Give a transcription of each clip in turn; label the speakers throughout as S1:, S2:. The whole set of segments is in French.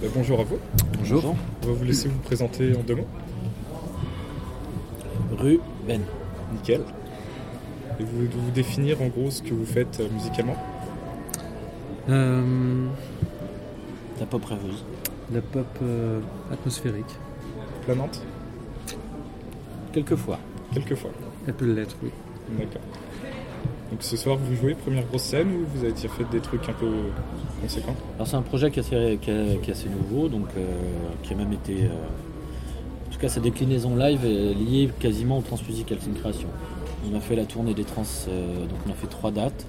S1: Bah, bonjour à vous.
S2: Bonjour.
S1: On va vous laisser vous présenter en deux mots.
S2: Rue Ben.
S1: Nickel. Et vous, vous définir en gros ce que vous faites euh, musicalement.
S3: Euh,
S2: La pop rêveuse.
S3: la pop euh, atmosphérique.
S1: Planante
S2: Quelquefois.
S1: Quelquefois.
S3: Elle peut l'être, oui.
S1: D'accord. Donc ce soir, vous jouez première grosse scène ou vous avez déjà fait des trucs un peu conséquents
S2: Alors c'est un projet qui est assez, qui est- qui est assez nouveau, donc euh, qui a même été. euh, en tout cas, sa déclinaison live est liée quasiment au Transmusic Alcine Création. On a fait la tournée des trans, euh, donc on a fait trois dates.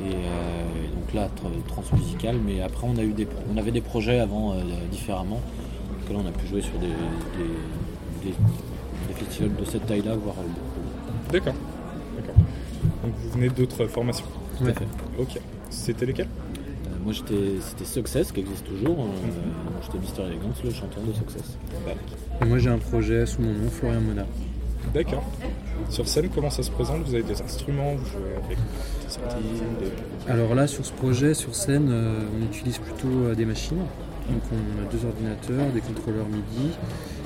S2: Et, euh, et donc là, tr- transmusical, mais après on a eu des, on avait des projets avant euh, différemment. Donc là, on a pu jouer sur des, des- des- des festivals de cette taille-là, voire euh, beaucoup.
S1: D'accord. D'accord. Donc vous venez d'autres formations.
S2: Tout à
S3: Ouais.
S2: fait.
S1: Ok. C'était lesquelles
S2: Euh, moi j'étais, c'était Success qui existe toujours. euh, moi, j'étais Mister Elegance, le chanteur de Success.
S3: Et moi, j'ai un projet sous mon nom, Florian Mona.
S1: D'accord. Sur scène, comment ça se présente Vous avez des instruments, vous jouez avec des sorties, des-
S3: Alors là, sur ce projet, sur scène, euh, on utilise plutôt euh, des machines. Donc on a deux ordinateurs, des contrôleurs MIDI,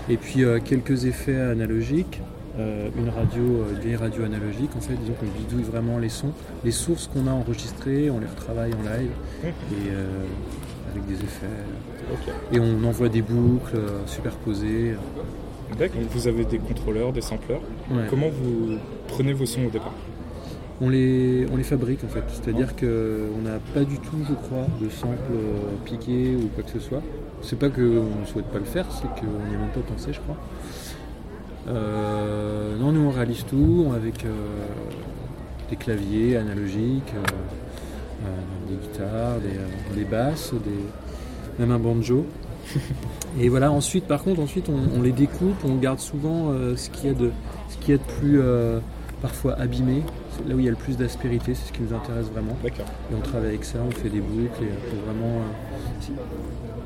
S3: et puis euh, quelques effets analogiques. euh, une radio, euh, une vieille radio analogique en fait, disons qu'on bidouille vraiment les sons, les sources qu'on a enregistrées, on les retravaille en live
S1: Mhm.
S3: et euh, avec des effets.
S1: Ok.
S3: Et on envoie des boucles euh, superposées.
S1: D'accord. Donc vous avez des contrôleurs, des sampleurs.
S3: Ouais.
S1: Comment vous prenez vos sons au départ
S3: On les, on les fabrique en fait, c'est-à-dire qu'on n'a pas du tout, je crois, de sample euh, piqué ou quoi que ce soit. C'est pas qu'on ne souhaite pas le faire, c'est qu'on n'y a même pas pensé, je crois. Euh, non, nous on réalise tout avec euh, des claviers analogiques, euh, euh, des guitares, des, euh, des basses, des- même un banjo. Et voilà, ensuite, par contre, ensuite on, on les découpe, on garde souvent euh, ce qu'il y a de, ce qu'il y a de plus. euh, parfois abîmé, c'est là où il y a le plus d'aspérité, c'est ce qui nous intéresse vraiment.
S1: D'accord.
S3: Et on travaille avec ça, on fait des boucles et on peut vraiment euh, si-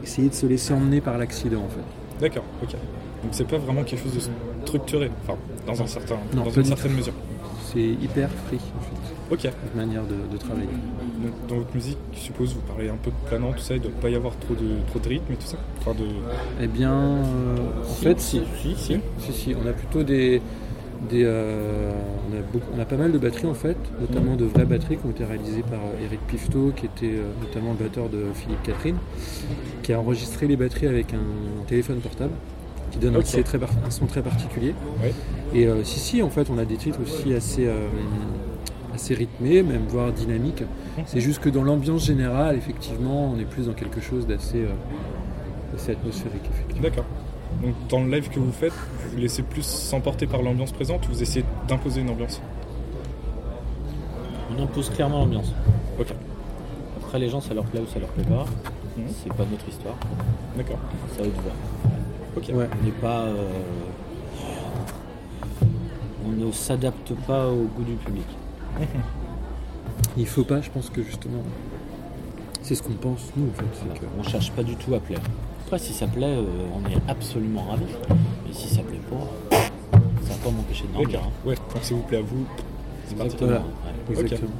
S3: essayer de se laisser emmener par l'accident en fait.
S1: D'accord. Ok. Donc c'est pas vraiment quelque chose de structuré. Enfin, dans un certain,
S3: Non,
S1: dans
S3: pas
S1: une
S3: du
S1: certaine mesure.
S3: C'est hyper free en fait,
S1: Ok.
S3: notre manière de, de travailler.
S1: Donc, dans votre musique, je suppose, vous parlez un peu de planant, tout ça. Il doit pas y avoir trop de trop de rythme et tout ça. Enfin de.
S3: Eh bien, euh, en fait, si,
S2: si,
S1: si.
S3: si, si, on a plutôt des. des euh, on, a beaucoup- on a pas mal de batteries en fait, notamment de vraies batteries qui ont été réalisées par euh, Eric Pifto, qui était euh, notamment le batteur de Philippe Catherine, qui a enregistré les batteries avec un téléphone portable, qui donne un,
S1: Ok.
S3: son très par- un son très particulier.
S1: Ouais.
S3: Et euh, si, si, en fait, on a des titres aussi assez. euh, assez rythmés, même voire dynamiques. C'est juste que dans l'ambiance générale, effectivement, on est plus dans quelque chose d'assez euh, assez atmosphérique. effectivement.
S1: D'accord. Donc dans le live que vous faites, vous vous laissez plus s'emporter par l'ambiance présente ou vous essayez d'imposer une ambiance
S2: On impose clairement l'ambiance.
S1: Ok.
S2: Après les gens ça leur plaît ou ça leur plaît pas.
S1: Mhm.
S2: C'est pas notre histoire.
S1: D'accord.
S2: C'est à eux de voir.
S1: Ok.
S3: Ouais.
S2: On n'est pas. euh, On ne s'adapte pas au goût du public.
S3: Il faut pas, je pense que justement. C'est ce qu'on pense, nous, en fait. c'est que-
S2: On cherche pas du tout à plaire. Après si ça plaît, euh, on est absolument ravis. Et si ça plaît pas, ça va pas m'empêcher de dormir.
S1: D'accord.
S2: hein.
S1: Ouais. Quand s'il vous plaît à vous, c'est parti.
S2: Exactement.
S3: Voilà.
S2: Ouais.
S3: Exactement.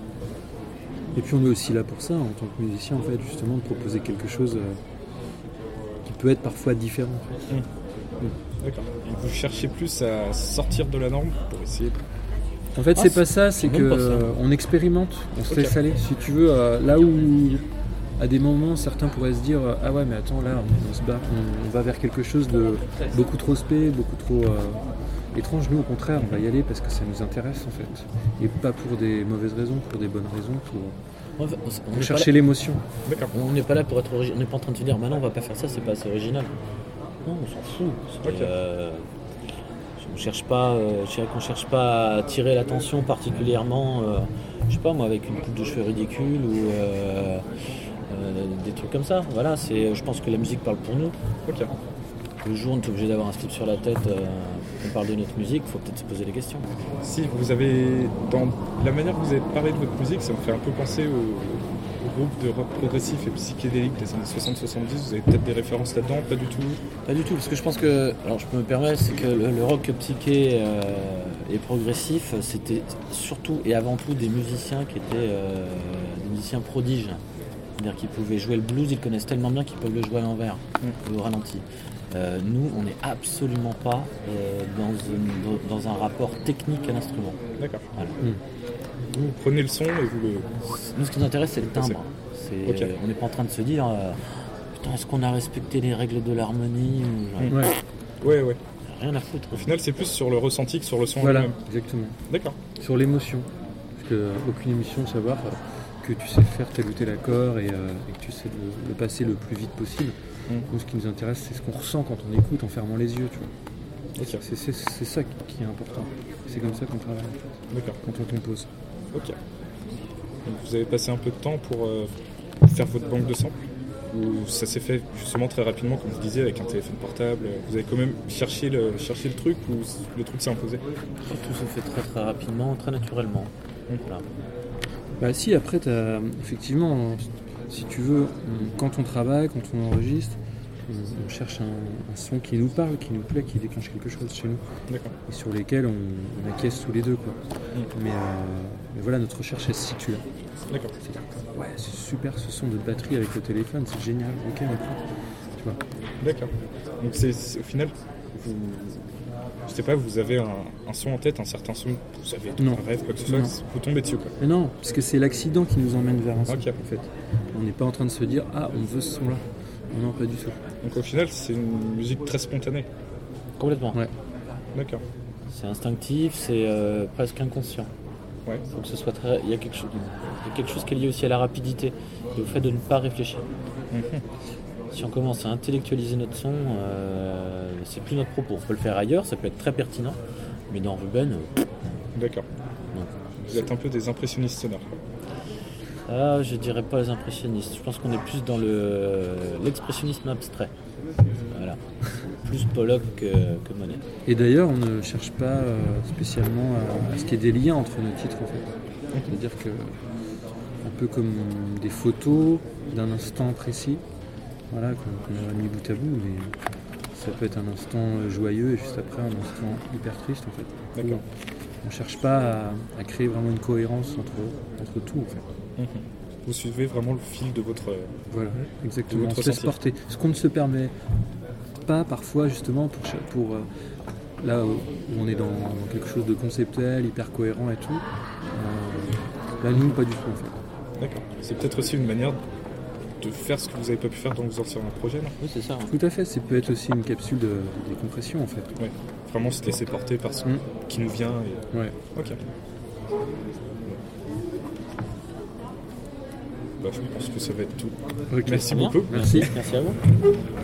S3: Et puis on est aussi là pour ça, en tant que musicien, en fait, justement, de proposer quelque chose euh, qui peut être parfois différent. en fait.
S1: D'accord. Et vous cherchez plus à sortir de la norme pour essayer. de-
S3: En fait,
S2: Ah,
S3: c'est
S2: c'est-
S3: pas ça, c'est
S2: même
S3: que
S2: pas ça.
S3: euh, on expérimente, on se
S1: Ok.
S3: laisse aller. Si tu veux, euh, là où à des moments certains pourraient se dire euh, ah ouais mais attends là on, on se bat, on, on va vers quelque chose de beaucoup trop spé, beaucoup trop euh, étrange. Nous au contraire, on va y aller parce que ça nous intéresse en fait, et pas pour des mauvaises raisons, pour des bonnes raisons, pour,
S2: Ouais, on- on
S3: pour
S2: est pas
S3: chercher l'émotion.
S1: D'accord.
S2: On n'est pas là pour être original. On n'est pas en train de se dire, bah non, on va pas faire ça, c'est pas assez original. Non, on s'en fout. C'est,
S1: Ok.
S2: euh, on cherche pas, euh, je dirais qu'on cherche pas à attirer l'attention particulièrement, euh, je sais pas moi, avec une coupe de cheveux ridicule ou euh, euh, des trucs comme ça. Voilà, c'est, je pense que la musique parle pour nous.
S1: Ok.
S2: Le jour où on est obligé d'avoir un slip sur la tête, euh, on parle de notre musique, faut peut-être se poser des questions.
S1: Si vous avez dans la manière que vous avez parlé de votre musique, ça me fait un peu penser au, au groupe de rock progressif et psychédélique des années 60-70. Vous avez peut-être des références là-dedans, pas du tout.
S2: Pas du tout, parce que je pense que, alors je peux me permettre, c'est que le, le rock psyché euh, et progressif, c'était surtout et avant tout des musiciens qui étaient euh, des musiciens prodiges. C'est-à-dire qu'ils pouvaient jouer le blues, ils connaissent tellement bien qu'ils peuvent le jouer à l'envers,
S1: Mm.
S2: ou au ralenti. Euh, nous, on n'est absolument pas euh, dans, une- dans- dans un rapport technique à l'instrument.
S1: D'accord.
S2: Voilà.
S1: Vous prenez le son et vous le.
S2: Nous, ce qui nous intéresse, c'est le timbre. C'est-
S1: Ok.
S2: On n'est pas en train de se dire, euh, putain, est-ce qu'on a respecté les règles de l'harmonie ou genre,
S1: Mm.
S3: Ouais,
S1: Ouais, ouais.
S2: Rien à foutre.
S1: Au final, c'est plus sur le ressenti que sur le son
S3: voilà,
S1: lui-même.
S3: exactement.
S1: D'accord.
S3: Sur l'émotion. Parce que euh, aucune émission de savoir euh, que tu sais faire tel ou tel accord et, euh, et que tu sais le, le passer le plus vite possible.
S1: Mm.
S3: Nous, ce qui nous intéresse, c'est ce qu'on ressent quand on écoute en fermant les yeux, tu vois.
S1: Ok.
S3: C'est- C'est c'est ça qui qui est important. C'est comme ça qu'on travaille,
S1: D'accord.
S3: quand on compose.
S1: Ok. Donc, vous avez passé un peu de temps pour euh, faire votre banque de samples ou ça s'est fait justement très rapidement, comme vous disiez, avec un téléphone portable. Vous avez quand même cherché le, cherché le truc ou le truc s'est imposé
S2: Tout se fait très très rapidement, très naturellement.
S1: Mm.
S2: Voilà.
S3: Bah si, après, t'as- effectivement, si tu veux, on- quand on travaille, quand on enregistre, on, on cherche un, un son qui nous parle, qui nous plaît, qui déclenche quelque chose chez nous,
S1: D'accord.
S3: et sur lesquels on, on acquiesce tous les deux. quoi. Mais, euh, mais voilà, notre recherche, elle se situe là.
S1: D'accord.
S3: C'est-à-dire que, ouais, c'est super ce son de batterie avec le téléphone, c'est génial, ok, on prend. Tu vois.
S1: D'accord. Donc c'est c'est- au final, vous, je sais pas, vous avez un, un son en tête, un certain son, vous avez
S3: Non.
S1: un rêve, quoi que ce soit,
S3: Non.
S1: vous tombez dessus quoi.
S3: Mais non, parce que c'est l'accident qui nous emmène vers un son,
S1: Ok.
S3: en fait. On n'est pas en train de se dire, ah, on veut ce son-là. Non, pas du tout.
S1: Donc au final, c'est une musique très spontanée.
S2: Complètement.
S1: Mm.
S3: Ouais.
S1: D'accord.
S2: C'est instinctif, c'est euh, presque inconscient.
S1: Ouais.
S2: Faut que ce soit très. Il y a quelque chose. il y a quelque chose qui est lié aussi à la rapidité et au fait de ne pas réfléchir.
S1: Mhm.
S2: Si on commence à intellectualiser notre son, euh, c'est plus notre propos. On peut le faire ailleurs, ça peut être très pertinent, mais dans Ruben, euh,
S1: D'accord.
S2: Non.
S1: Vous êtes un peu des impressionnistes sonores.
S2: ah, je dirais pas les impressionnistes. Je pense qu'on est plus dans le euh, l'expressionnisme abstrait. Voilà. Plus Pollock que, que Monet.
S3: Et d'ailleurs, on ne cherche pas euh, spécialement à, à ce qu'il y ait des liens entre nos titres, en fait. C'est-à-dire que, un peu comme des photos d'un instant précis, voilà, qu'on qu'on aurait mis bout à bout, mais ça peut être un instant euh, joyeux et juste après un instant hyper triste, en fait.
S1: D'accord.
S3: On ne cherche pas à, à créer vraiment une cohérence entre, entre tout, en fait.
S1: Vous suivez vraiment le fil de votre. euh,
S3: Voilà, exactement.
S1: Votre
S3: On se laisse
S1: ressenti.
S3: porter. Ce qu'on ne se permet pas parfois, justement, pour, cha- pour euh, là où où on est dans, dans quelque chose de conceptuel, hyper cohérent et tout. euh, là, nous, pas du tout, en fait.
S1: D'accord. C'est peut-être aussi une manière de faire ce que vous n'avez pas pu faire dans vous sortir un projet. Non
S2: Oui, c'est ça. hein.
S3: Tout à fait, c'est peut-être aussi une capsule de, de décompression, en fait.
S1: vraiment se laisser porter par ce
S3: Mm.
S1: qui nous vient. Et...
S3: Ouais.
S1: Ok. Bah, je pense que ça va être tout.
S3: Ok.
S1: Merci
S2: Très bien.
S1: beaucoup.
S2: Merci. Merci à vous.